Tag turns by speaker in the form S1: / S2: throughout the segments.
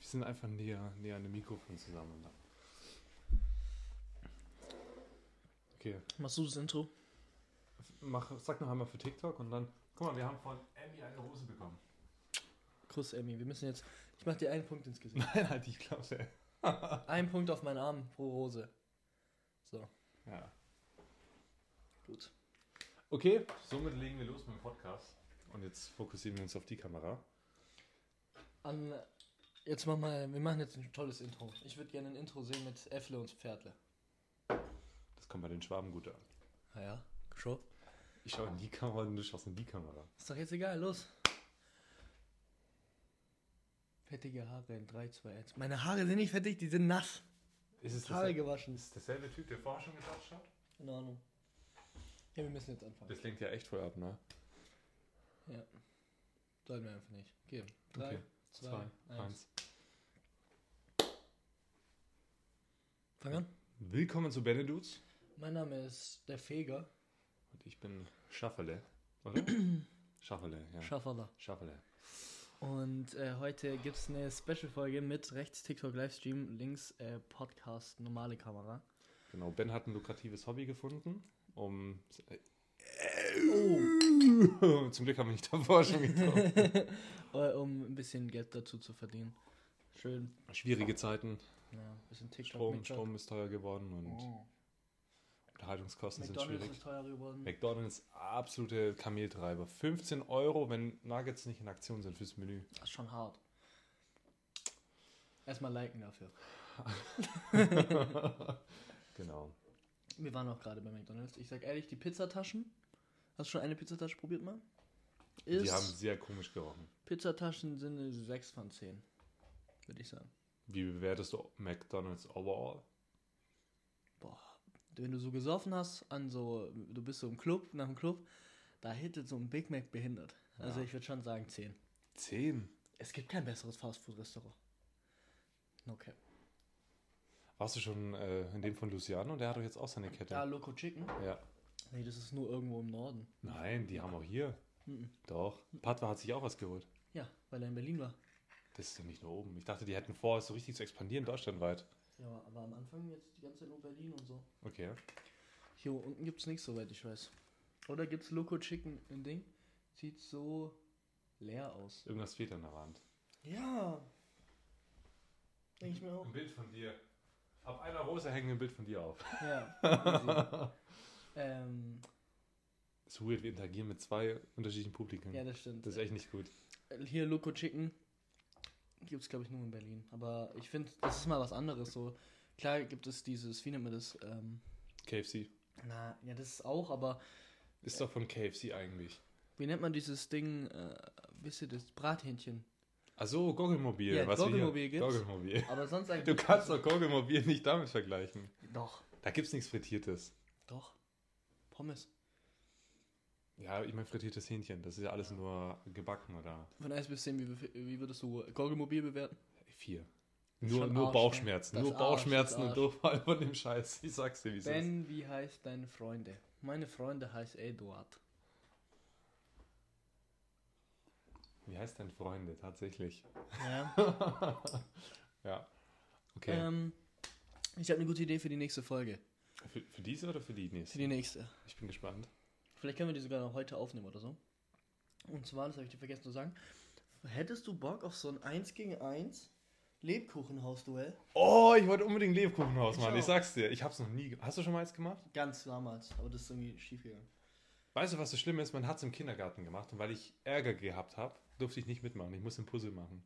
S1: sind einfach näher, näher an dem Mikrofon zusammen. Okay,
S2: Machst du das Intro?
S1: mach, sag noch einmal für TikTok und dann. Guck mal, wir haben von Emmy eine Hose bekommen.
S2: Kuss, Emmy. Wir müssen jetzt. Ich mach dir einen Punkt ins Gesicht.
S1: Nein, halt die Klasse.
S2: Ein Punkt auf meinen Arm pro Rose. So,
S1: Ja.
S2: gut.
S1: Okay, somit legen wir los mit dem Podcast. Und jetzt fokussieren wir uns auf die Kamera.
S2: An. Jetzt mach mal. Wir machen jetzt ein tolles Intro. Ich würde gerne ein Intro sehen mit Äffle und Pferdle.
S1: Das kommt bei den Schwaben gut an.
S2: Ah ja, schon.
S1: Ich schaue in die Kamera und du schaust in die Kamera.
S2: Ist doch jetzt egal, los. Fettige Haare in 3, 2, 1. Meine Haare sind nicht fettig, die sind nass.
S1: Ist es
S2: Haare
S1: dasselbe,
S2: gewaschen.
S1: ist derselbe Typ, der vorher schon getauscht hat?
S2: Keine Ahnung. Ja, wir müssen jetzt anfangen.
S1: Das lenkt ja echt voll ab, ne?
S2: Sollen wir einfach nicht. Okay. 3,
S1: Okay.
S2: 2, 1. Fang an.
S1: Willkommen zu Benedudes.
S2: Mein Name ist der Feger.
S1: Und ich bin Schaffele, oder? Schaffele, ja.
S2: Schafferler.
S1: Schaffele.
S2: Und äh, heute gibt es eine Special-Folge mit rechts TikTok Livestream, links äh, Podcast, normale Kamera.
S1: Genau, Ben hat ein lukratives Hobby gefunden, um... äh, oh. Zum Glück haben wir nicht davor schon getroffen.
S2: Äh, um ein bisschen Geld dazu zu verdienen. Schön.
S1: Schwierige Zeiten.
S2: Ja, ein bisschen TikTok.
S1: Strom,
S2: McDonald's.
S1: Strom ist teuer geworden und
S2: Oh.
S1: Unterhaltungskosten sind
S2: McDonalds
S1: schwierig.
S2: ist teuer geworden.
S1: McDonalds, absolute Kameltreiber. 15 Euro, wenn Nuggets nicht in Aktion sind fürs Menü.
S2: Das ist schon hart. Erstmal liken dafür.
S1: Genau.
S2: Wir waren auch gerade bei McDonalds. Ich sag ehrlich, die Pizzataschen. Hast du schon eine Pizzatasche probiert mal? Ist
S1: Die haben sehr komisch gerochen.
S2: Pizzataschen sind 6 von 10. Würde ich sagen.
S1: Wie bewertest du McDonalds overall?
S2: Boah. Wenn du so gesoffen hast, an so, du bist so im Club, nach dem Club, da hittet so ein Big Mac behindert. Also
S1: Ja.
S2: ich würde schon sagen 10.
S1: 10.
S2: Es gibt kein besseres Fastfood-Restaurant. Okay.
S1: Warst du schon äh, in dem von Luciano? Der hat doch jetzt auch seine Kette.
S2: Da Loco Chicken.
S1: Ja.
S2: Nee, das ist nur irgendwo im Norden.
S1: Nein, die haben auch hier.
S2: Mhm.
S1: Doch. Patwa hat sich auch was geholt.
S2: Ja, weil er in Berlin war.
S1: Das ist ja nicht nur oben. Ich dachte, die hätten vor, es so richtig zu expandieren deutschlandweit.
S2: Ja, aber am Anfang jetzt die ganze Zeit nur Berlin und so.
S1: Okay.
S2: Hier unten gibt's nichts, soweit ich weiß. Oder gibt's Loco Chicken ein Ding? Sieht so leer aus.
S1: Irgendwas fehlt an der Wand.
S2: Ja. Denke ich mir auch.
S1: Bild von dir. Ab einer Rose hängen ein Bild von dir auf.
S2: Ja. easy. ähm,
S1: So weird, wir interagieren mit zwei unterschiedlichen Publiken.
S2: ja, das stimmt. Äh,
S1: Das ist echt nicht gut.
S2: Hier Loco Chicken gibt's glaube ich nur in Berlin. Aber ich finde, das ist mal was anderes. So klar gibt es dieses, wie nennt man das? Ähm,
S1: KFC.
S2: na, ja, das ist auch. Aber
S1: Ist doch von KFC eigentlich.
S2: wie nennt man dieses Ding? Äh, wisst ihr das? Brathähnchen.
S1: Achso, Goggelmobil.
S2: Ja,
S1: was wir hier-
S2: Goggelmobil gibt's.
S1: Goggelmobil.
S2: Aber sonst eigentlich.
S1: Du kannst doch Goggelmobil nicht damit vergleichen.
S2: Doch,
S1: Da gibt's nichts Frittiertes.
S2: doch. Pommes.
S1: Ja, ich meine frittiertes Hähnchen. Das ist ja alles nur gebacken oder
S2: Von 1 bis 10, wie, befe- wie würdest du Goggelmobil bewerten?
S1: vier.
S2: Ist
S1: Nur,
S2: schon
S1: nur
S2: Arsch,
S1: Bauchschmerzen.
S2: ne? Das
S1: Nur
S2: Arsch,
S1: Bauchschmerzen
S2: das
S1: und Durchfall von dem Scheiß. Ich sag's dir, wie es ist.
S2: Ben, wie heißt deine Freunde? Meine Freunde heißt Eduard.
S1: Wie heißt dein Freunde tatsächlich?
S2: Ja.
S1: Ja. Okay.
S2: ähm, ich habe eine gute Idee für die nächste Folge.
S1: Für, für diese oder für die
S2: Für
S1: nächste?
S2: die nächste.
S1: Ich bin gespannt.
S2: Vielleicht können wir die sogar noch heute aufnehmen oder so. Und zwar, das habe ich dir vergessen zu sagen, hättest du Bock auf so ein 1 gegen 1 Lebkuchenhausduell?
S1: Oh, ich wollte unbedingt Lebkuchenhaus
S2: Ich
S1: machen. Ich
S2: auch.
S1: sag's dir. Ich hab's noch nie. ge- Hast du schon mal eins gemacht?
S2: Ganz damals, aber das ist irgendwie schief gegangen.
S1: Weißt du, was das Schlimme ist? Man hat's im Kindergarten gemacht und weil ich Ärger gehabt habe, durfte ich nicht mitmachen. Ich musste ein Puzzle machen.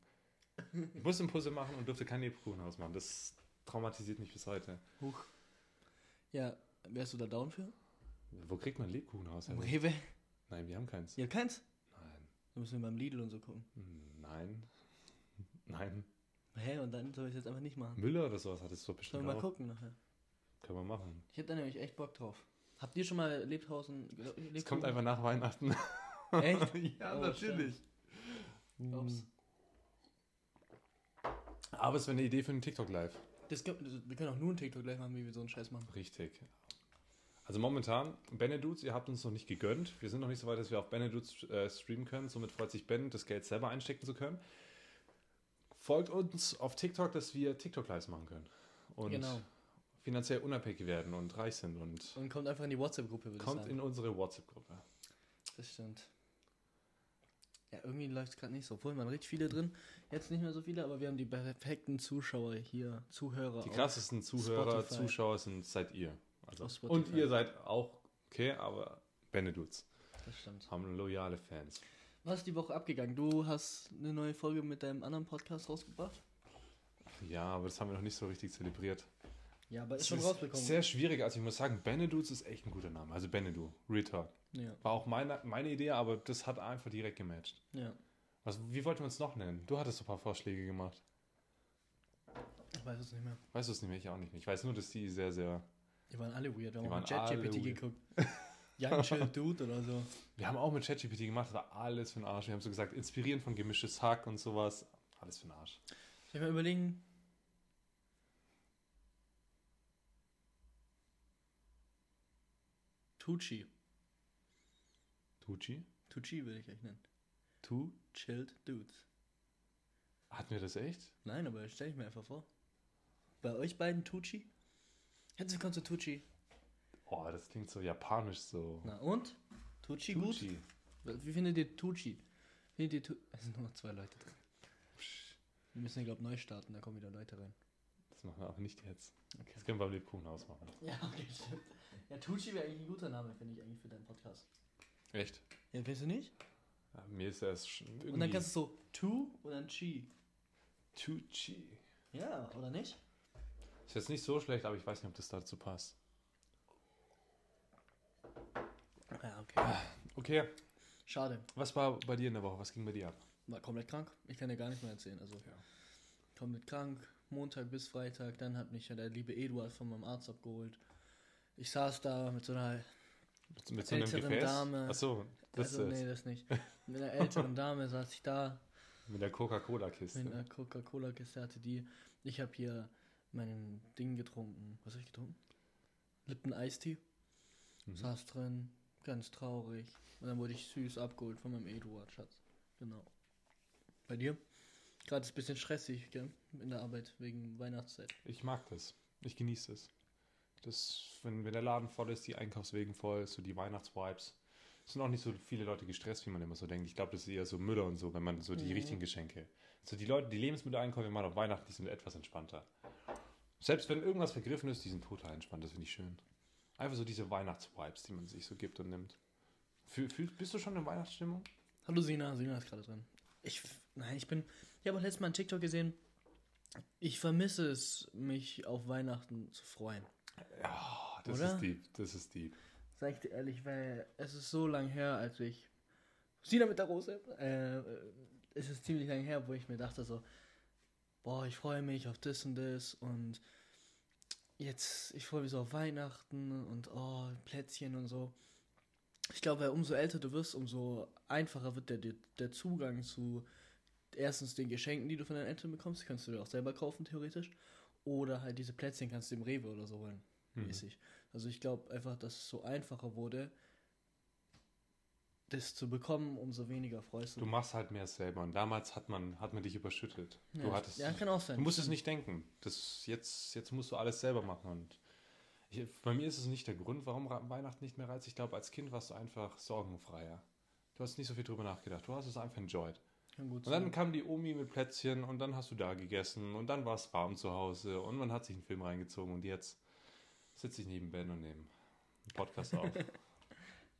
S1: Ich musste ein Puzzle machen und durfte kein Lebkuchenhaus machen. Das traumatisiert mich bis heute.
S2: Huch. Ja, wärst du da down für?
S1: Wo kriegt man ein Lebkuchenhaus? her?
S2: Rewe?
S1: Nein, wir haben keins.
S2: Ja, keins.
S1: Nein.
S2: Da müssen wir beim Lidl und so gucken.
S1: Hm, Nein. Nein.
S2: Hä, und dann soll ich es jetzt einfach nicht machen.
S1: Müller oder sowas hat es doch
S2: Sollen
S1: bestimmt
S2: wir mal
S1: auch.
S2: gucken nachher.
S1: Können wir machen.
S2: Ich hätte da nämlich echt Bock drauf. Habt ihr schon mal Lebhausen
S1: Es kommt einfach nach Weihnachten.
S2: Echt?
S1: ja,
S2: Oh,
S1: natürlich.
S2: Ups.
S1: Aber es wäre eine Idee für einen TikTok-Live.
S2: Das kann, das, wir können auch nur einen TikTok gleich machen, wie wir so einen Scheiß machen.
S1: Richtig. Also momentan, Benedudes, ihr habt uns noch nicht gegönnt. Wir sind noch nicht so weit, dass wir auf Benedudes äh, streamen können. Somit freut sich Ben, das Geld selber einstecken zu können. Folgt uns auf TikTok, dass wir TikTok-Lives machen können. Und
S2: Genau.
S1: finanziell unabhängig werden und reich sind. Und
S2: Und kommt einfach in die WhatsApp-Gruppe, würde ich
S1: kommt
S2: sagen.
S1: in unsere WhatsApp-Gruppe.
S2: Das stimmt. Ja, irgendwie läuft es gerade nicht so. Vorhin waren richtig viele drin, jetzt nicht mehr so viele, aber wir haben die perfekten Zuschauer hier, Zuhörer.
S1: Die
S2: auch.
S1: krassesten Zuhörer,
S2: Spotify.
S1: Zuschauer sind seid ihr. Also,
S2: Auf Spotify.
S1: und ihr seid auch okay, aber Beneduts
S2: Das stimmt.
S1: haben loyale Fans.
S2: Was ist die Woche abgegangen? Du hast eine neue Folge mit deinem anderen Podcast rausgebracht?
S1: Ja, aber das haben wir noch nicht so richtig zelebriert.
S2: Ja, aber ist
S1: Es
S2: schon rausgekommen.
S1: Sehr schwierig. Also ich muss sagen, Beneduts ist echt ein guter Name. Also Benedu, Real Talk.
S2: ja,
S1: War auch meine, meine Idee, aber das hat einfach direkt gematcht.
S2: ja.
S1: Was, wie wollten wir uns noch nennen? Du hattest so ein paar Vorschläge gemacht.
S2: Ich weiß es nicht mehr.
S1: Weißt du es nämlich auch nicht. mehr. Ich weiß nur, dass die sehr, sehr.
S2: Die waren alle weird. Wir
S1: Die
S2: haben auch mit
S1: waren alle
S2: ChatGPT
S1: weird.
S2: geguckt. Young Chill Dude oder so.
S1: Wir haben auch mit ChatGPT gemacht, das war alles für den Arsch. Wir haben so gesagt, inspirieren von gemischtes Hack und sowas. Alles für den Arsch.
S2: Soll ich mal überlegen? Tucci.
S1: Tucci?
S2: Tucci würde ich euch nennen.
S1: Tu?
S2: Chilled Dudes.
S1: Hatten wir das echt?
S2: Nein, aber stell ich mir einfach vor. Bei euch beiden Tucci? Herzlich willkommen zu Tucci.
S1: Oh, das klingt so japanisch so.
S2: Na und? Tucci,
S1: Tucci.
S2: gut? Wie findet ihr Tucci? Findet ihr Tucci? Es sind nur noch zwei Leute drin. Wir müssen, glaube ich, neu starten, da kommen wieder Leute rein.
S1: Das machen wir aber nicht jetzt.
S2: Okay.
S1: Das können wir beim Lebkuchen ausmachen.
S2: Ja, okay, stimmt. Ja, Tucci wäre eigentlich ein guter Name, finde ich, eigentlich für deinen Podcast.
S1: Echt?
S2: Ja, findest du nicht?
S1: Ja, mir ist das schon irgendwie.
S2: Und dann kannst du so Tu und dann Chi.
S1: Tucci.
S2: Ja, oder nicht?
S1: Ist jetzt nicht so schlecht, aber ich weiß nicht, ob das dazu passt.
S2: Ja, okay.
S1: Ah, Okay,
S2: Schade.
S1: was war bei dir in der Woche? Was ging bei dir ab?
S2: War komplett krank. Ich kann dir gar nicht mehr erzählen. Also
S1: Ja.
S2: komplett krank. Montag bis Freitag. Dann hat mich ja der liebe Eduard von meinem Arzt abgeholt. Ich saß da mit so einer
S1: Mit, mit so einem
S2: Älteren
S1: Gefäß?
S2: Dame.
S1: Achso, das
S2: also,
S1: ist
S2: nee,
S1: es.
S2: das nicht. Mit einer älteren Dame saß ich da
S1: Mit der Coca-Cola-Kiste.
S2: mit einer Coca-Cola-Kiste hatte die. Ich habe hier meinen Ding getrunken. Was habe ich getrunken? Lippen Eistee.
S1: Mhm.
S2: Saß drin, ganz traurig. Und dann wurde ich süß abgeholt von meinem Eduard, Schatz. Genau. Bei dir? Gerade ist ein bisschen stressig, gell? In der Arbeit wegen Weihnachtszeit.
S1: Ich mag das. Ich genieße es. Das, wenn, wenn der Laden voll ist, die Einkaufswegen voll, so die Weihnachtsvibes. Es sind auch nicht so viele Leute gestresst, wie man immer so denkt. Ich glaube, das ist eher so Müller und so, wenn man so die
S2: Mhm.
S1: richtigen Geschenke. So die Leute, die Lebensmittel einkaufen, wenn man auf Weihnachten, die sind etwas entspannter. Selbst wenn irgendwas vergriffen ist, die sind total entspannt. Das finde ich schön. Einfach so diese Weihnachtsvibes, die man sich so gibt und nimmt. Fühl, fühl, bist du schon in Weihnachtsstimmung?
S2: Hallo Sina, Sina ist gerade drin. Ich, f- nein, ich bin, ich habe auch letztes Mal einen TikTok gesehen. Ich vermisse es, mich auf Weihnachten zu freuen.
S1: Ja, das
S2: Oder?
S1: ist deep. Das ist deep.
S2: Sag ich dir ehrlich, weil es ist so lang her, als ich. Sina mit der Rose. Äh, äh, es ist ziemlich lang her, wo ich mir dachte so, boah, ich freue mich auf das und das und jetzt, ich freue mich so auf Weihnachten und oh, Plätzchen und so. Ich glaube, umso älter du wirst, umso einfacher wird der, der, der Zugang zu erstens den Geschenken, die du von deinen Eltern bekommst, die kannst du dir auch selber kaufen, theoretisch. Oder halt diese Plätzchen kannst du im Rewe oder so holen.
S1: Mhm.
S2: Mäßig. Also ich glaube einfach, dass es so einfacher wurde, das zu bekommen, umso weniger freust du
S1: Du machst halt mehr selber. Und damals hat man, hat man dich überschüttet.
S2: ja,
S1: du hattest
S2: ja, kann auch sein.
S1: Du musst es nicht denken. Das jetzt, jetzt musst du alles selber machen. Und ich, bei mir ist es nicht der Grund, warum Ra- Weihnachten nicht mehr reizt. Ich glaube, als Kind warst du einfach sorgenfreier. Du hast nicht so viel drüber nachgedacht. Du hast es einfach enjoyed.
S2: Kann gut
S1: Und dann
S2: sein.
S1: kam die Omi mit Plätzchen und dann hast du da gegessen und dann war es warm zu Hause und man hat sich einen Film reingezogen und jetzt sitze ich neben Ben und nehme einen Podcast auf.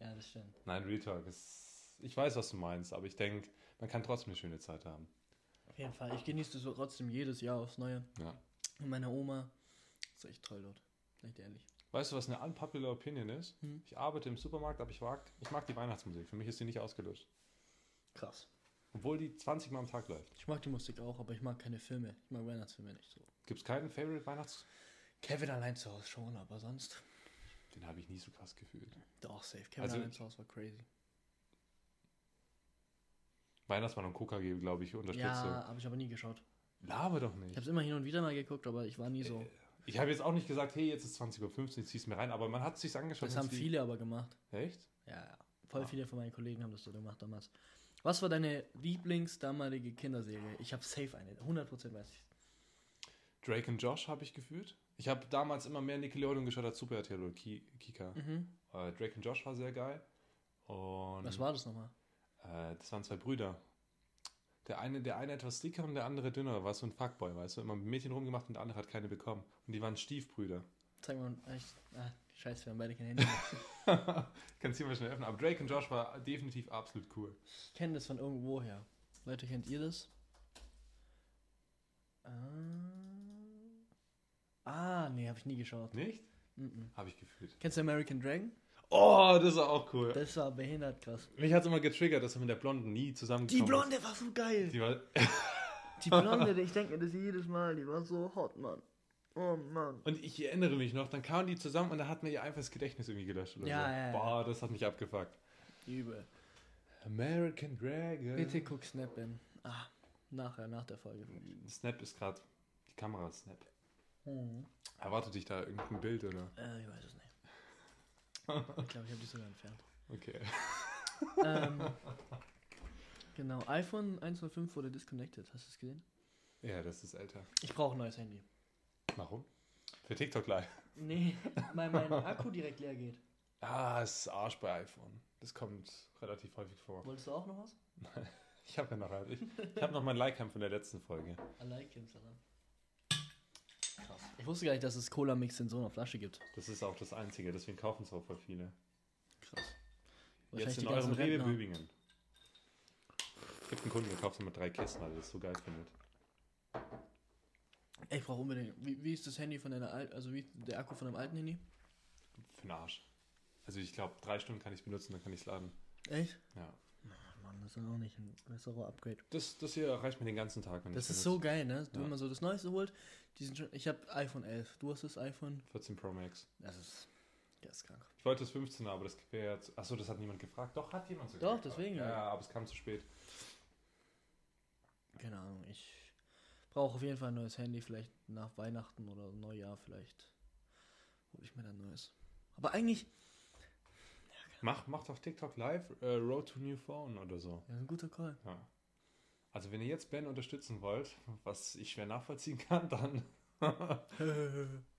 S2: Ja, das stimmt.
S1: Nein, Real Talk ist. Ich weiß, was du meinst, aber ich denke, man kann trotzdem eine schöne Zeit haben.
S2: Auf jeden Fall. Ich genieße das trotzdem jedes Jahr aufs Neue.
S1: Ja.
S2: Und meine Oma ist echt toll dort. Echt ehrlich.
S1: Weißt du, was eine unpopular Opinion ist?
S2: Hm.
S1: Ich arbeite im Supermarkt, aber ich mag, ich mag die Weihnachtsmusik. Für mich ist sie nicht ausgelöscht.
S2: Krass.
S1: Obwohl die 20 Mal am Tag läuft.
S2: Ich mag die Musik auch, aber ich mag keine Filme. Ich mag Weihnachtsfilme nicht so.
S1: Gibt es keinen Favorite Weihnachts...
S2: Kevin allein zu Hause schon, aber sonst.
S1: Den habe ich nie so krass gefühlt.
S2: Doch, safe. Kevin
S1: Also-
S2: allein zu Hause war crazy.
S1: Weihnachtsmann und KKG, glaube ich, unterstütze.
S2: Ja, habe ich aber nie geschaut.
S1: Laber doch
S2: Ich
S1: nicht.
S2: habe es immer hin und wieder mal geguckt, aber ich war nie
S1: Äh,
S2: so.
S1: Ich habe jetzt auch nicht gesagt, hey, jetzt ist 20.15 Uhr, zieh's mir rein. Aber man hat sich's angeschaut.
S2: Das
S1: und
S2: haben
S1: sie-
S2: viele aber gemacht.
S1: Echt?
S2: Ja, ja. Voll
S1: Ah.
S2: viele von meinen Kollegen haben das so gemacht damals. Was war deine Lieblings damalige Kinderserie? Ich habe safe eine, 100% weiß ich.
S1: Drake und Josh habe ich gefühlt. Ich habe damals immer mehr Nickelodeon geschaut als Super RTL oder Ki Kika.
S2: Mhm.
S1: Äh, Drake und Josh war sehr geil. Und
S2: Was war das nochmal?
S1: Äh, das waren zwei Brüder. Der eine, der eine etwas dicker und der andere dünner, war so ein Fuckboy, weißt du? Immer mit Mädchen rumgemacht und der andere hat keine bekommen. Und die waren Stiefbrüder.
S2: Zeig mal, ah, ich, ah, scheiße, wir haben beide kein Handy.
S1: ich kann es hier mal schnell öffnen. Aber Drake und Josh war definitiv absolut cool.
S2: ich kenne das von irgendwoher. Leute, kennt ihr das? Ah, ah nee, habe ich nie geschaut.
S1: Nicht?
S2: Mhm.
S1: Habe ich gefühlt.
S2: Kennst du American Dragon?
S1: Oh, das war auch cool.
S2: Das war behindert krass.
S1: Mich hat es immer getriggert, dass er mit der Blonden nie
S2: Die
S1: zusammengekommen
S2: Blonde war so geil.
S1: ist. Die war,
S2: Die Blonde, ich denke das jedes Mal, die war so hot, Mann. Oh Mann.
S1: und ich erinnere mich noch, dann kamen die zusammen und da hat mir ihr einfach das Gedächtnis irgendwie gelöscht. Oder
S2: Ja,
S1: so.
S2: ja, ja.
S1: Boah, das hat mich abgefuckt.
S2: Übel.
S1: American Dragon.
S2: Bitte guck Snap in. Ah, nachher, nach der Folge.
S1: Snap ist gerade, die Kamera ist Snap. Erwartet dich da irgendein Bild, oder?
S2: Äh, ich weiß es nicht. Ich glaube, ich habe die sogar entfernt.
S1: Okay.
S2: ähm, genau, iPhone 105 wurde disconnected. Hast du es gesehen?
S1: Ja, das ist älter.
S2: Ich brauche ein neues Handy.
S1: Warum? Für TikTok live.
S2: Nee, weil mein Akku direkt leer geht.
S1: Ah, es ist Arsch bei iPhone. Das kommt relativ häufig vor.
S2: Wolltest du auch noch was?
S1: Ich habe ja noch, ich, ich hab noch mein Like von der letzten Folge.
S2: Salam. Krass. Ich wusste gar nicht, dass es Cola-Mix in so einer Flasche gibt.
S1: Das ist auch das Einzige, deswegen kaufen es auch voll viele.
S2: Krass.
S1: Jetzt in
S2: die ganzen
S1: eurem Rewe
S2: Rentner.
S1: Bübingen. Ich habe einen Kunden gekauft der mit drei Kisten, weil er das so geil findet.
S2: Ey, Ich brauche unbedingt. Wie, wie ist das Handy von deiner alten, also wie der Akku von deinem alten Handy?
S1: Für den Arsch. Also ich glaube, drei Stunden kann ich es benutzen, dann kann ich es laden.
S2: Echt?
S1: Ja.
S2: Mann, das ist auch nicht ein besserer Upgrade.
S1: Das, das hier erreicht mir den ganzen Tag. Wenn
S2: Das
S1: ich's
S2: ist so
S1: benutze.
S2: geil, ne? Du
S1: Ja.
S2: immer so das Neueste holt. Die sind schon, ich habe iPhone 11. Du hast das iPhone.
S1: 14 Pro Max.
S2: Das ist. Das ist krank.
S1: Ich wollte das 15er, aber das wäre jetzt. Achso, das hat niemand gefragt. Doch, hat jemand sogar.
S2: Doch,
S1: gefragt.
S2: deswegen,
S1: Ja,
S2: ja.
S1: ja, aber es kam zu spät.
S2: Keine Ahnung. Ich brauche auf jeden Fall ein neues Handy. Vielleicht nach Weihnachten oder Neujahr. Vielleicht hole ich mir dann ein neues. Aber eigentlich.
S1: Mach, mach doch TikTok live äh, Road to New Phone oder so.
S2: Ja, ein guter Call.
S1: Ja. Also, wenn ihr jetzt Ben unterstützen wollt, was ich schwer nachvollziehen kann, dann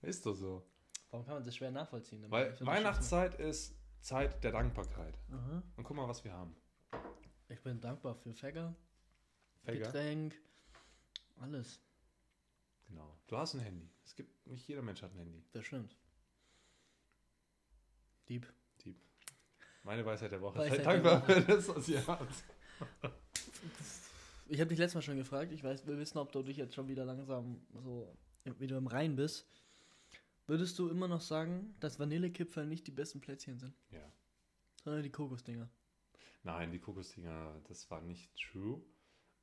S1: ist das so.
S2: Warum kann man das schwer nachvollziehen?
S1: Weil
S2: Ich
S1: Weihnachtszeit ist Zeit der Dankbarkeit.
S2: Aha.
S1: Und guck mal, was wir haben.
S2: Ich bin dankbar für Fagger,
S1: Fäger.
S2: Getränk, alles.
S1: Genau. Du hast ein Handy. Es gibt nicht jeder Mensch hat ein Handy.
S2: Das stimmt. Dieb.
S1: Dieb. Meine Weisheit der Woche.
S2: Weisheit
S1: Seid
S2: der
S1: dankbar
S2: Woche.
S1: für das, was ihr habt.
S2: Ich habe dich letztes Mal schon gefragt. Ich weiß, wir wissen, ob du dich jetzt schon wieder langsam so wieder im Rein bist. Würdest du immer noch sagen, dass Vanillekipferl nicht die besten Plätzchen sind,
S1: Ja.
S2: sondern die Kokosdinger?
S1: Nein, die Kokosdinger, das war nicht true.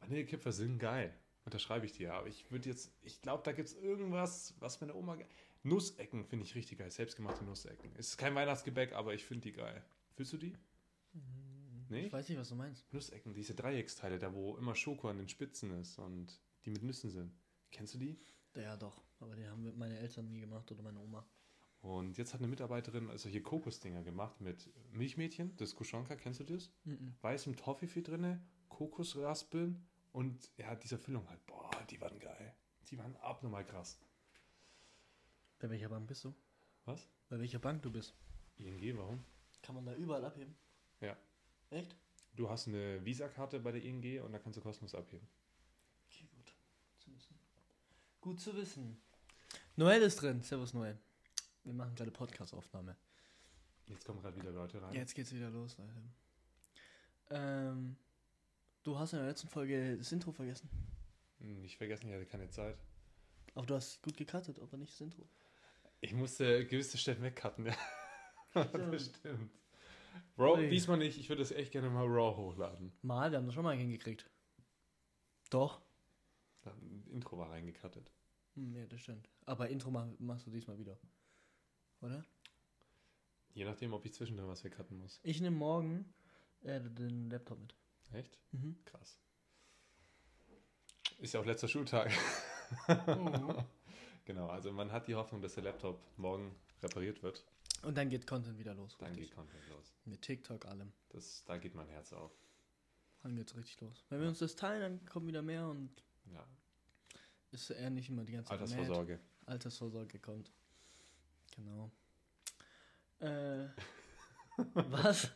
S1: Vanillekipferl sind geil. Unterschreibe ich dir. Aber ich würde jetzt, ich glaube, da gibt es irgendwas, was meine Oma. ge- Nussecken finde ich richtig geil. Selbstgemachte Nussecken. Es ist kein Weihnachtsgebäck, aber ich finde die geil. Fühlst du die? Nee?
S2: Mhm, Ich weiß nicht, was du meinst.
S1: Nussecken, diese Dreiecksteile, da wo immer Schoko an den Spitzen ist und die mit Nüssen sind. Kennst du die?
S2: Ja, doch. Aber den haben meine Eltern nie gemacht oder meine Oma.
S1: Und jetzt hat eine Mitarbeiterin also hier Kokosdinger gemacht mit Milchmädchen, das Kuschonka, kennst du das?
S2: Mhm.
S1: Weißem Toffifee drinne, Kokosraspeln und ja, dieser Füllung halt. Boah, die waren geil. Die waren abnormal krass.
S2: Bei welcher Bank bist du?
S1: Was?
S2: Bei welcher Bank du bist?
S1: ING, warum?
S2: Kann man da überall abheben?
S1: Ja.
S2: Echt?
S1: Du hast eine Visa-Karte bei der ING und da kannst du kostenlos abheben.
S2: Okay, gut. Zu wissen. Gut zu wissen. Noel ist drin. Servus, Noel. Wir machen gerade Podcast-Aufnahme.
S1: Jetzt kommen gerade wieder Leute rein.
S2: Jetzt geht's wieder los, Leute. Ähm, du hast in der letzten Folge das Intro vergessen.
S1: Hm, Nicht vergessen, ich hatte keine Zeit.
S2: Aber du hast gut gecuttet, aber nicht das Intro.
S1: Ich musste gewisse Stellen wegcutten, ja.
S2: Stimmt.
S1: das stimmt. Bro,
S2: Ui.
S1: diesmal nicht. Ich würde das echt gerne mal raw hochladen.
S2: Mal, wir haben das schon mal hingekriegt. Doch.
S1: Dann Intro war reingecuttet.
S2: Hm, ja, das stimmt. Aber Intro mach, machst du diesmal wieder. Oder?
S1: Je nachdem, ob ich zwischendrin was wegcutten muss.
S2: Ich nehme morgen äh, den Laptop mit.
S1: Echt?
S2: Mhm.
S1: Krass. Ist ja auch letzter Schultag.
S2: Mhm.
S1: genau, also man hat die Hoffnung, dass der Laptop morgen repariert wird.
S2: Und dann geht Content wieder los.
S1: Dann
S2: richtig.
S1: geht Content los.
S2: Mit TikTok allem.
S1: Das, da geht mein Herz auf.
S2: Dann geht's richtig los. Wenn wir uns das teilen, dann kommt wieder mehr und
S1: Ja.
S2: ist er nicht immer die ganze Zeit. mad.
S1: Altersvorsorge.
S2: Altersvorsorge kommt. Genau. Äh, was?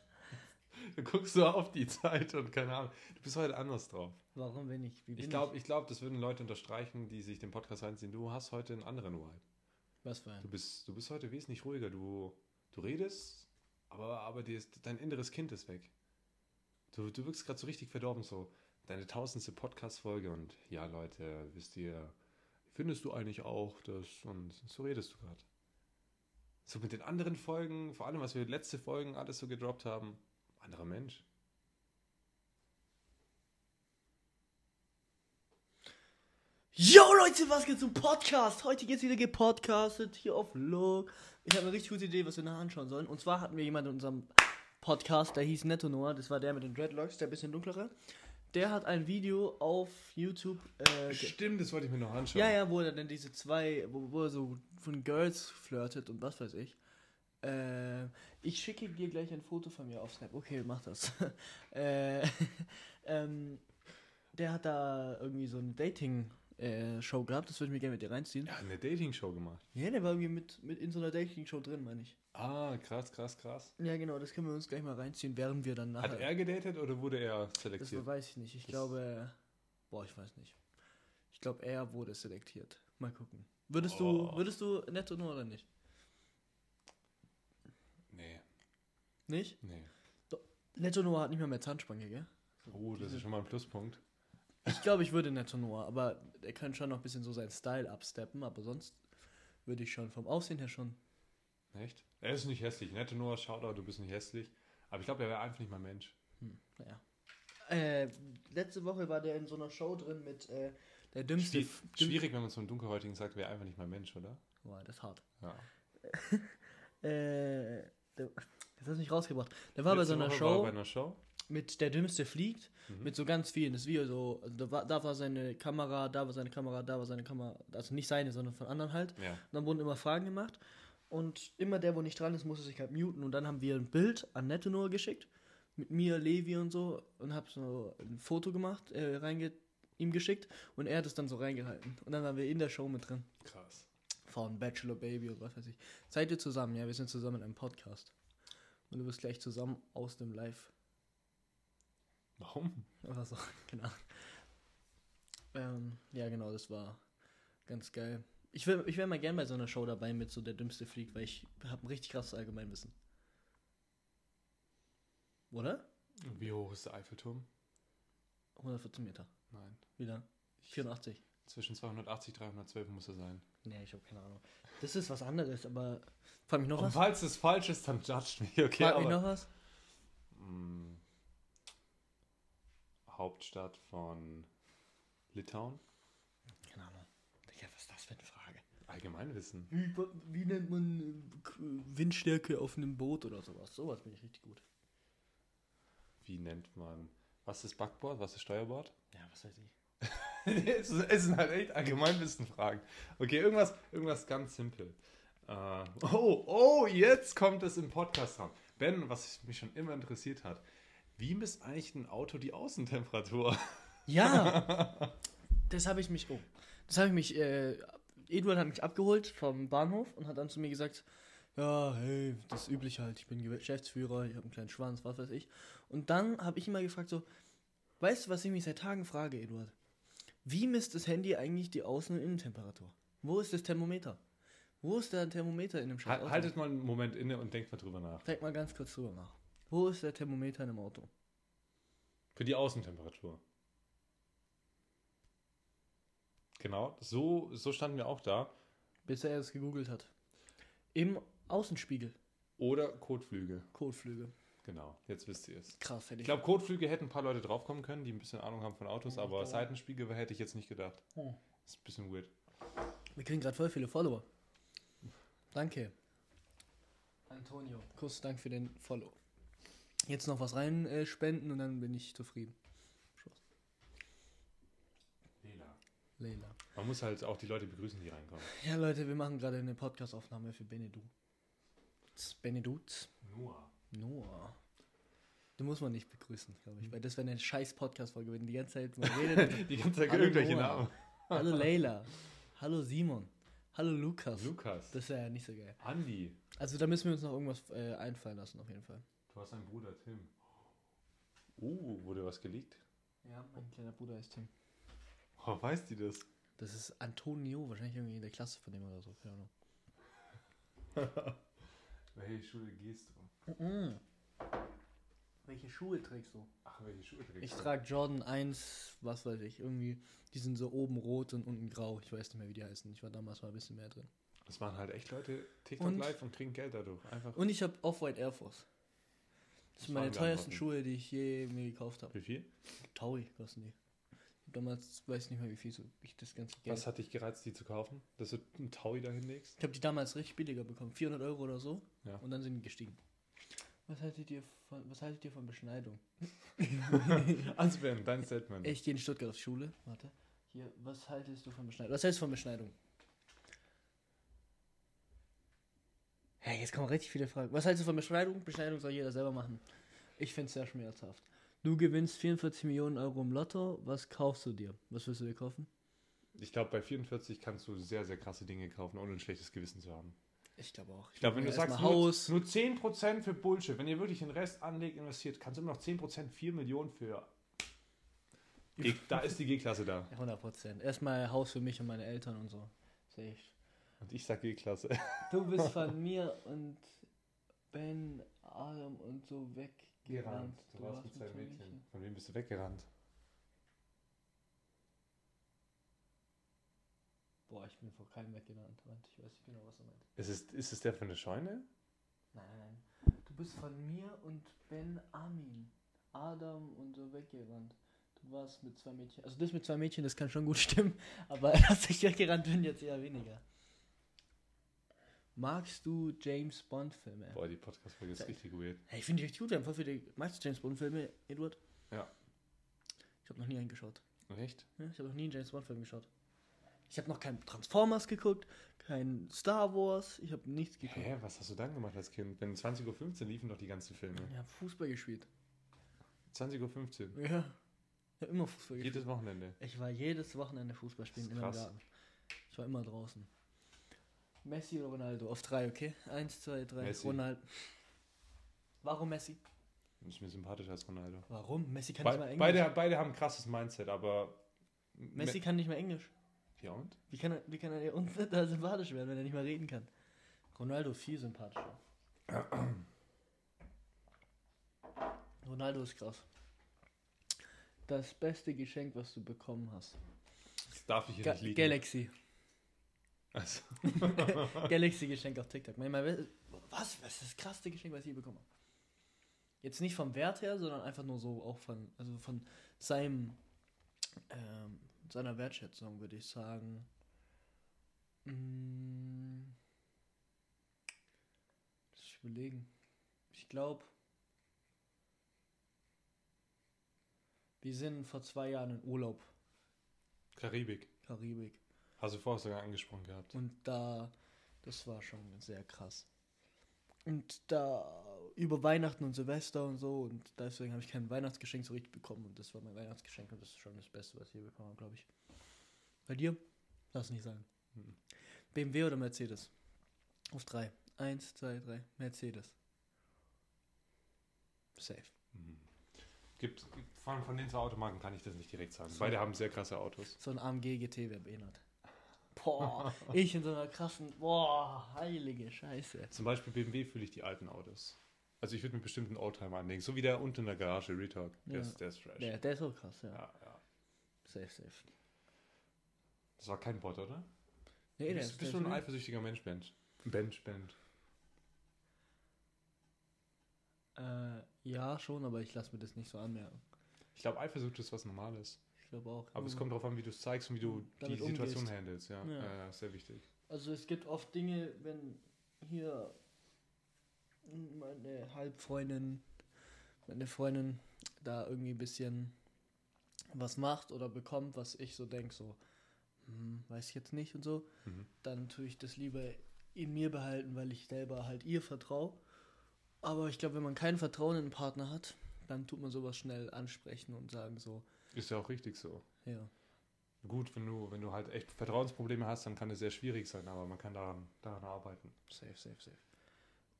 S1: Du guckst so auf die Zeit und keine Ahnung. Du bist heute anders drauf.
S2: Warum bin ich? Wie bin
S1: Ich glaube, ich glaub, das würden Leute unterstreichen, die sich den Podcast reinziehen. Du hast heute einen anderen Vibe.
S2: Was für ein?
S1: Du bist, du bist heute wesentlich ruhiger. Du, du redest, aber, aber dir ist, dein inneres Kind ist weg. Du, du wirkst gerade so richtig verdorben, so deine tausendste Podcast-Folge und ja, Leute, wisst ihr, findest du eigentlich auch das und so redest du gerade. So mit den anderen Folgen, vor allem was wir letzte Folgen alles so gedroppt haben, anderer Mensch.
S2: Yo Leute, was geht's zum Podcast? Heute geht's wieder gepodcastet hier auf Log. Ich habe eine richtig gute Idee, was wir nachher anschauen sollen. Und zwar hatten wir jemanden in unserem Podcast, der hieß Netto Noah. Das war der mit den Dreadlocks, der bisschen dunklere. Der hat ein Video auf YouTube äh, ge-
S1: Stimmt, das wollte ich mir noch anschauen.
S2: Ja, ja, wo er dann diese zwei, wo, wo er so von Girls flirtet und was weiß ich. Äh, ich schicke dir gleich ein Foto von mir auf Snap. Okay, mach das. äh, ähm, der hat da irgendwie so eine Dating-Show gehabt, das würde ich mir gerne mit dir reinziehen.
S1: Er hat eine Dating-Show gemacht.
S2: Ja, der war irgendwie mit, mit in so einer Dating-Show drin, meine ich.
S1: Ah, krass, krass, krass.
S2: Ja, genau, das können wir uns gleich mal reinziehen, während wir dann nachher.
S1: Hat er gedatet oder wurde er
S2: das
S1: selektiert?
S2: weiß ich nicht. Ich
S1: Das-
S2: glaube. Boah, ich weiß nicht. Ich glaube, er wurde selektiert. Mal gucken. Würdest du,
S1: Boah.
S2: würdest du netto nur oder nicht?
S1: Nee,
S2: Nicht?
S1: nee.
S2: Netto Noah hat nicht mehr mehr Zahnspange, gell?
S1: Oh, das ist schon mal ein Pluspunkt.
S2: Ich glaube, ich würde Netto Noah, aber er kann schon noch ein bisschen so seinen Style absteppen, aber sonst würde ich schon vom Aussehen her schon.
S1: Echt? Er ist nicht hässlich. Nette Noah, Shoutout, du bist nicht hässlich. Aber ich glaube, er wäre einfach nicht mal Mensch.
S2: Hm, naja. Äh, letzte Woche war der in so einer Show drin mit äh, der dümmste.
S1: Schwie
S2: dümm-
S1: schwierig, wenn man so einem Dunkelhäutigen sagt, wäre einfach nicht mal Mensch, oder?
S2: Boah, das ist hart.
S1: Ja.
S2: Äh, der, das hast du nicht rausgebracht. Der war bei
S1: Letzte
S2: so einer
S1: Woche War er
S2: Show
S1: bei einer Show?
S2: mit der dümmste fliegt,
S1: Mhm.
S2: mit so ganz vielen. Das Video so, also da, war, da war seine Kamera, da war seine Kamera, da war seine Kamera, also nicht seine, sondern von anderen halt.
S1: Ja.
S2: Und dann wurden immer Fragen gemacht. Und immer der, wo nicht dran ist, musste sich halt muten. Und dann haben wir ein Bild an Nette Noah geschickt. Mit mir, Levi und so. Und hab so ein Foto gemacht, äh, reinge ihm geschickt. Und er hat es dann so reingehalten. Und dann waren wir in der Show mit drin.
S1: Krass.
S2: Von Bachelor Baby und was weiß ich. Seid ihr zusammen? Ja, wir sind zusammen in einem Podcast. Und du bist gleich zusammen aus dem Live.
S1: Warum?
S2: Oder so, genau. Ähm, ja, genau, das war ganz geil. Ich wäre ich wär mal gern bei so einer Show dabei mit so der dümmste Flieg, weil ich habe ein richtig krasses Allgemeinwissen. Oder?
S1: Und Wie hoch ist der Eiffelturm?
S2: 114 Meter.
S1: Nein.
S2: Wieder. 84.
S1: Zwischen 280 312 muss er sein.
S2: Nee, ich habe keine Ahnung. Das ist was anderes, aber. Frag mich noch
S1: Und
S2: was?
S1: falls es falsch ist, dann judge mich, okay?
S2: Frag mich
S1: aber-
S2: noch was?
S1: Mm. Hauptstadt von Litauen?
S2: Keine Ahnung. Digga, was ist das für eine Frage?
S1: Allgemeinwissen.
S2: Wie, wie nennt man äh, K- Windstärke auf einem Boot oder sowas? Sowas bin ich richtig gut.
S1: Wie nennt man. Was ist Backboard? Was ist Steuerbord?
S2: Ja, was weiß ich.
S1: es, ist- es sind halt echt Allgemeinwissenfragen. Okay, irgendwas, irgendwas ganz simpel. Äh, oh, oh, jetzt kommt es im Podcast an. Ben, was mich schon immer interessiert hat. Wie misst eigentlich ein Auto die Außentemperatur?
S2: Ja, das habe ich mich. Oh, das habe ich mich. Äh, Eduard hat mich abgeholt vom Bahnhof und hat dann zu mir gesagt: Ja, hey, das übliche halt. Ich bin Geschäftsführer, ich habe einen kleinen Schwanz, was weiß ich. Und dann habe ich ihn mal gefragt: So, weißt du, was ich mich seit Tagen frage, Eduard? Wie misst das Handy eigentlich die Außen- und Innentemperatur? Wo ist das Thermometer? Wo ist der Thermometer in dem scheiß
S1: Ha-
S2: Auto?
S1: Haltet mal einen Moment inne und denkt mal drüber nach.
S2: Denk mal ganz kurz drüber nach. Wo ist der Thermometer in dem Auto?
S1: Für die Außentemperatur. Genau, so, so standen wir auch da.
S2: Bis er es gegoogelt hat. Im Außenspiegel.
S1: Oder Kotflüge.
S2: Kotflüge.
S1: Genau, jetzt wisst ihr es.
S2: Krass, hätte
S1: Ich
S2: ich.
S1: glaube, Kotflüge hätten ein paar Leute draufkommen können, die ein bisschen Ahnung haben von Autos,
S2: Ja,
S1: aber
S2: aber-
S1: Seitenspiegel hätte ich jetzt nicht gedacht.
S2: Hm.
S1: Ist ein bisschen weird.
S2: Wir kriegen gerade voll viele Follower. Danke. Antonio. Kuss, danke für den Follow. Jetzt noch was rein äh, spenden und dann bin ich zufrieden. Leila.
S1: Man muss halt auch die Leute begrüßen, die reinkommen.
S2: Ja, Leute, wir machen gerade eine Podcast-Aufnahme für Benedu. Benedu.
S1: Noah.
S2: Noah. Den muss man nicht begrüßen, glaube ich. Weil das wäre eine scheiß Podcast-Folge, wenn die ganze Zeit man redet.
S1: Die ganze Zeit
S2: Hallo
S1: irgendwelche
S2: Noah.
S1: Namen.
S2: Hallo Leila. Hallo Simon. Hallo Lukas.
S1: Lukas.
S2: Das wäre ja nicht so geil.
S1: Andi.
S2: Also da müssen wir uns noch irgendwas äh, einfallen lassen, auf jeden Fall.
S1: Du hast einen Bruder, Tim. Oh, wurde was geleakt?
S2: Ja, mein kleiner Bruder ist Tim.
S1: Woher weiß die das?
S2: Oh. Das ist Antonio, wahrscheinlich irgendwie in der Klasse von dem oder so. Keine Ahnung.
S1: Welche Schule gehst du?
S2: Welche Schuhe trägst du?
S1: Ach, welche Schule trägst
S2: Ich
S1: du?
S2: trage Jordan 1, was weiß ich, irgendwie. Die sind so oben rot und unten grau. Ich weiß nicht mehr, wie die heißen. Ich war damals mal ein bisschen mehr drin.
S1: Das machen halt echt Leute TikTok
S2: Und-
S1: live und kriegen Geld dadurch. Einfach.
S2: Und ich habe Off-White Air Force. Das
S1: Das
S2: sind meine
S1: waren die
S2: teuersten
S1: Antworten.
S2: Schuhe, die ich je mir gekauft habe.
S1: Wie viel?
S2: Taui kosten die. Ich hab Damals weiß ich nicht mehr, wie viel so ich das ganze Geld.
S1: Was hat dich gereizt, die zu kaufen? Dass du einen Taui da hinlegst?
S2: Ich habe die damals richtig billiger bekommen, 400 Euro oder so.
S1: Ja.
S2: Und dann sind die gestiegen. Was haltet ihr von, was haltet ihr von Beschneidung?
S1: Also während dein Statement.
S2: Ich gehe in Stuttgart auf Schule. Warte. Hier, was haltest du von Beschneidung? Was hältst du von Beschneidung? Hey, jetzt kommen richtig viele Fragen. Was hältst du von Beschneidung? Beschneidung soll jeder selber machen. Ich finde es sehr schmerzhaft. Du gewinnst 44 Millionen Euro im Lotto. Was kaufst du dir? Was willst du dir kaufen?
S1: Ich glaube, bei 44 kannst du sehr, sehr krasse Dinge kaufen, ohne ein schlechtes Gewissen zu haben.
S2: Ich glaube auch.
S1: Ich glaube, wenn du
S2: Erst mal
S1: sagst,
S2: Haus.
S1: nur, nur 10% für Bullshit, wenn ihr wirklich den Rest anlegt, investiert, kannst du immer noch 10% 4 Millionen für. G- da ist die G-Klasse da.
S2: 100 Prozent. Erstmal Haus für mich und meine Eltern und so. Sehe ich.
S1: Und ich sag G-Klasse.
S2: Du bist von mir und Ben, Adam und so weggerannt. zwei
S1: Von wem bist du weggerannt?
S2: Boah, ich bin vor keinem weggerannt. Moment, ich weiß nicht genau, was er meint.
S1: Ist es, ist es der von der Scheune?
S2: Nein, nein, nein. Du bist von mir und Ben Amin, Adam und so weggerannt. Du warst mit zwei Mädchen. Also das mit zwei Mädchen, das kann schon gut stimmen. Aber dass ich weggerannt bin, jetzt eher weniger. Magst du James Bond-Filme?
S1: Boah, die Podcast-Folge ist
S2: Seit-
S1: richtig weird.
S2: Hey, ich finde die richtig gut. Wir haben voll viele. Magst du James Bond-Filme, Edward?
S1: Ja.
S2: Ich habe noch nie einen geschaut.
S1: Echt?
S2: Ja, ich habe noch nie einen James Bond-Film geschaut. Ich habe noch keinen Transformers geguckt, keinen Star Wars. Ich habe nichts geguckt.
S1: Hä, was hast du dann gemacht als Kind? Wenn 20.15 Uhr liefen doch die ganzen Filme.
S2: Ich habe Fußball gespielt.
S1: 20.15 Uhr.
S2: Ja. Ich habe immer Fußball gespielt.
S1: Jedes Wochenende.
S2: Ich war jedes Wochenende Fußball spielen
S1: Das
S2: in
S1: ist
S2: meinem
S1: krass.
S2: Garten. Ich war immer draußen. Messi oder Ronaldo? Auf drei, okay? Eins, zwei, drei.
S1: Messi.
S2: Ronaldo. Warum Messi?
S1: Ist mir sympathischer als Ronaldo.
S2: Warum? Messi kann
S1: Be
S2: nicht mal Englisch.
S1: beide, beide haben ein krasses Mindset, aber.
S2: Messi kann nicht mal Englisch.
S1: Ja und?
S2: Wie kann er, wie kann er uns da sympathisch werden, wenn er nicht mal reden kann? Ronaldo viel sympathischer. Ronaldo ist krass. Das beste Geschenk, was du bekommen hast.
S1: Das darf ich hier
S2: Ga
S1: nicht liegen.
S2: Galaxy.
S1: Also,
S2: Galaxy-Geschenk auf TikTok. Mein- mein- Was? Was ist das krasseste Geschenk, was ich je bekommen habe? Jetzt nicht vom Wert her, sondern einfach nur so auch von, also von seinem, ähm, seiner Wertschätzung, würde ich sagen. Mm, Lass ich überlegen. Ich glaube, wir sind vor zwei Jahren in Urlaub,
S1: Karibik.
S2: Karibik.
S1: Hast du vorher sogar angesprochen gehabt.
S2: Und da, das war schon sehr krass. Und da über Weihnachten und Silvester und so und deswegen habe ich kein Weihnachtsgeschenk so richtig bekommen und das war mein Weihnachtsgeschenk und das ist schon das Beste, was ich je bekommen habe, glaube ich. Bei dir? Lass nicht sagen.
S1: Mhm.
S2: BMW oder Mercedes? Auf drei. Eins, zwei, drei. Mercedes. Safe.
S1: Mhm. Gibt, gibt- von, von den zwei Automarken kann ich das nicht direkt sagen.
S2: So.
S1: Beide haben sehr krasse Autos.
S2: So ein AMG GT wäre behindert. Boah, ich in so einer krassen, boah, heilige Scheiße.
S1: Zum Beispiel BMW fühle ich die alten Autos. Also ich würde mir bestimmt einen Oldtimer anlegen. So wie der unten in der Garage, Retalk. Der,
S2: Ja.
S1: ist, der ist fresh.
S2: Der, der ist auch krass, ja.
S1: Ja, ja.
S2: Safe, safe.
S1: Das war kein Bot, oder?
S2: Nee,
S1: du
S2: der
S1: bist,
S2: ist-
S1: bist
S2: der
S1: du
S2: ist
S1: ein
S2: wild.
S1: eifersüchtiger Mensch, Bench. Bench, Bench.
S2: Äh, ja, schon, aber ich lasse mir das nicht so anmerken.
S1: Ich glaube, Eifersucht ist was Normales.
S2: Ich glaube auch.
S1: Aber es
S2: Mhm.
S1: kommt darauf an, wie du es zeigst und wie du
S2: Damit
S1: die Situation
S2: umgehst.
S1: handelst. Ja,
S2: Ja.
S1: ja. ja, sehr wichtig.
S2: Also es gibt oft Dinge, wenn hier meine Halbfreundin, meine Freundin da irgendwie ein bisschen was macht oder bekommt, was ich so denke, so, hm, weiß ich jetzt nicht und so,
S1: Mhm.
S2: dann tue ich das lieber in mir behalten, weil ich selber halt ihr vertraue. Aber ich glaube, wenn man kein Vertrauen in einen Partner hat, dann tut man sowas schnell ansprechen und sagen so,
S1: Ist ja auch richtig so.
S2: ja.
S1: Gut, wenn du, wenn du halt echt Vertrauensprobleme hast, dann kann es sehr schwierig sein, aber man kann daran, daran arbeiten.
S2: Safe, safe, safe.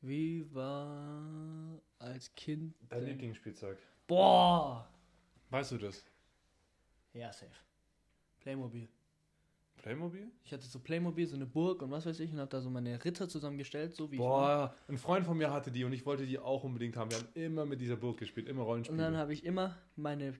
S2: Wie war als Kind
S1: Dein
S2: denn-
S1: Lieblingsspielzeug.
S2: Boah!
S1: Weißt du das?
S2: Ja, safe. Playmobil.
S1: Playmobil?
S2: Ich hatte so Playmobil, so eine Burg und was weiß ich und hab da so meine Ritter zusammengestellt, so wie ich war.
S1: Boah, ein Freund von mir hatte die und ich wollte die auch unbedingt haben. Wir haben immer mit dieser Burg gespielt, immer
S2: Und
S1: Rollenspiele.
S2: dann habe ich immer meine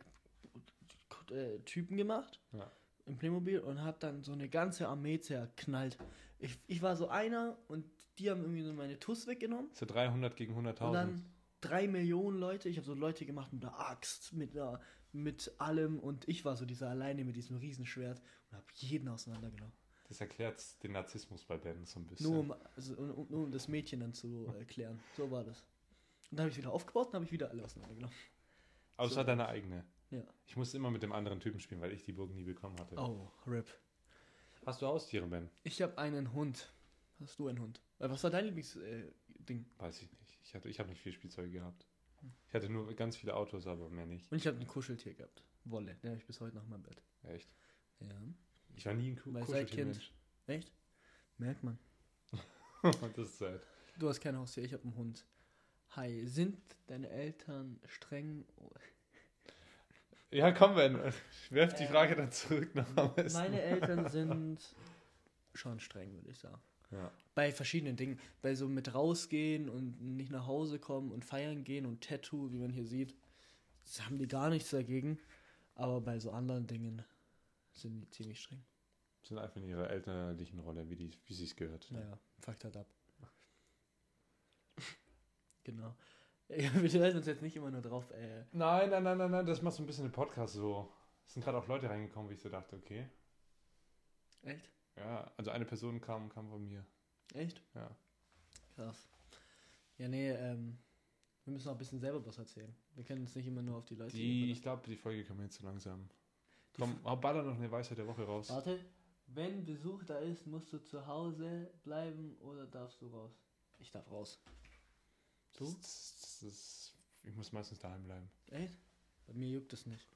S2: äh, Typen gemacht
S1: Ja.
S2: im Playmobil und hab dann so eine ganze Armee zerknallt. Ich, ich war so einer und die haben irgendwie so meine Tuss weggenommen.
S1: so 300 gegen
S2: Und
S1: 100.000.
S2: dann drei Millionen Leute. Ich habe so Leute gemacht mit einer Axt, mit, einer, mit allem. Und ich war so dieser alleine mit diesem Riesenschwert und habe jeden auseinandergenommen.
S1: Das erklärt den Narzissmus bei Ben so ein bisschen.
S2: Nur um, also, um, um- nur um das Mädchen dann zu erklären. So war das. Und dann habe ich wieder aufgebaut und habe ich wieder alle auseinandergenommen.
S1: Außer
S2: so.
S1: deine eigene.
S2: Ja.
S1: Ich musste immer mit dem anderen Typen spielen, weil ich die Burg nie bekommen hatte.
S2: Oh, RIP.
S1: Hast du Haustiere, Ben?
S2: Ich habe einen Hund. Hast du einen Hund? Äh, Was war dein Lieblingsding? Äh, Ding?
S1: Weiß ich nicht. Ich, hatte- ich habe nicht viel Spielzeug gehabt. Ich hatte nur ganz viele Autos, aber mehr nicht.
S2: und ich habe ein Kuscheltier gehabt. Wolle. Den habe ich bis heute nach meinem Bett.
S1: Echt?
S2: Ja.
S1: Ich war nie ein Ku-
S2: Weil seit
S1: Kuscheltiermensch.
S2: Echt? Merkt man.
S1: das ist halt.
S2: Du hast kein Haustier, ich habe einen Hund. Hi, sind deine Eltern streng?
S1: Ja, komm, Ben. Ich werf die
S2: Äh,
S1: Frage dann zurück nach am besten.
S2: Meine Eltern sind schon streng, würde ich sagen.
S1: Ja.
S2: Bei verschiedenen Dingen. Bei so mit rausgehen und nicht nach Hause kommen und feiern gehen und Tattoo, wie man hier sieht, das haben die gar nichts dagegen. Aber bei so anderen Dingen sind die ziemlich streng.
S1: Sind einfach in ihrer elterlichen Rolle, wie, die- wie sie es gehört.
S2: Naja, fuckt halt ab. genau. Ja, wir halten uns jetzt nicht immer nur drauf, äh,
S1: Nein, nein, nein, nein, nein, das macht so ein bisschen den Podcast so. Es sind gerade auch Leute reingekommen, wie ich so dachte, okay.
S2: echt?
S1: Ja, also eine Person kam, kam von mir.
S2: Echt?
S1: Ja.
S2: Krass. Ja, nee, ähm, wir müssen auch ein bisschen selber was erzählen. Wir können uns nicht immer nur auf die Leute
S1: Die, ich
S2: überlassen.
S1: glaube, die Folge kam jetzt zu langsam.
S2: Die
S1: Komm, hau baller noch eine Weisheit der Woche raus.
S2: Warte, wenn Besuch da ist, musst du zu Hause bleiben oder darfst du raus? Ich darf raus. Du?
S1: Das, das, das, ich muss meistens daheim bleiben.
S2: Echt? Bei mir juckt es nicht.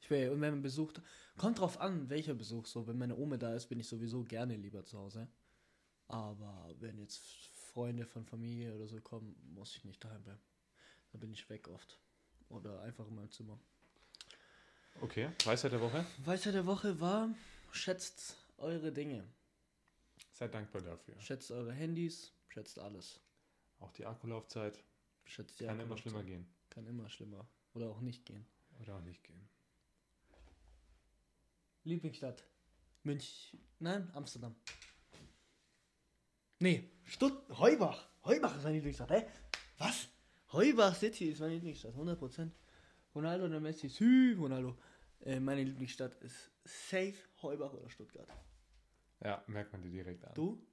S2: Ich wäre, und wenn man Besuch, da- kommt drauf an, welcher Besuch so. Wenn meine Oma da ist, bin ich sowieso gerne lieber zu Hause. Aber wenn jetzt Freunde von Familie oder so kommen, muss ich nicht daheim bleiben. Da bin ich weg oft. Oder einfach in meinem Zimmer.
S1: Okay, Weisheit der Woche.
S2: Weisheit der Woche war, schätzt eure Dinge.
S1: Seid dankbar dafür.
S2: Schätzt eure Handys, schätzt alles.
S1: Auch die Akkulaufzeit
S2: Schätzt die
S1: kann immer
S2: Akkulaufzeit.
S1: schlimmer gehen.
S2: Kann immer schlimmer. Oder auch nicht gehen.
S1: Oder auch nicht gehen.
S2: Lieblingsstadt. Münch. Nein, Amsterdam. Nee, Stutt Heubach. Heubach ist meine Lieblingsstadt, hä? Was? Heubach City ist meine Lieblingsstadt, 100%. Ronaldo oder Messi? Sü, Ronaldo. Äh, meine Lieblingsstadt ist safe Heubach oder Stuttgart.
S1: Ja, merkt man dir direkt an.
S2: Du?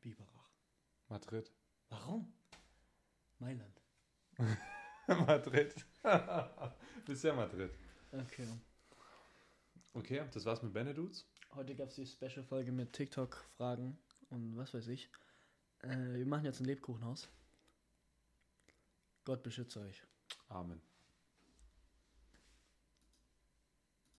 S2: Biberach.
S1: Madrid.
S2: Warum? Mailand.
S1: Madrid. Bisher Madrid.
S2: Okay.
S1: Okay, das war's mit Benedudes.
S2: Heute gab es die Special-Folge mit TikTok-Fragen und was weiß ich. Äh, wir machen jetzt ein Lebkuchenhaus. Gott beschütze euch.
S1: Amen.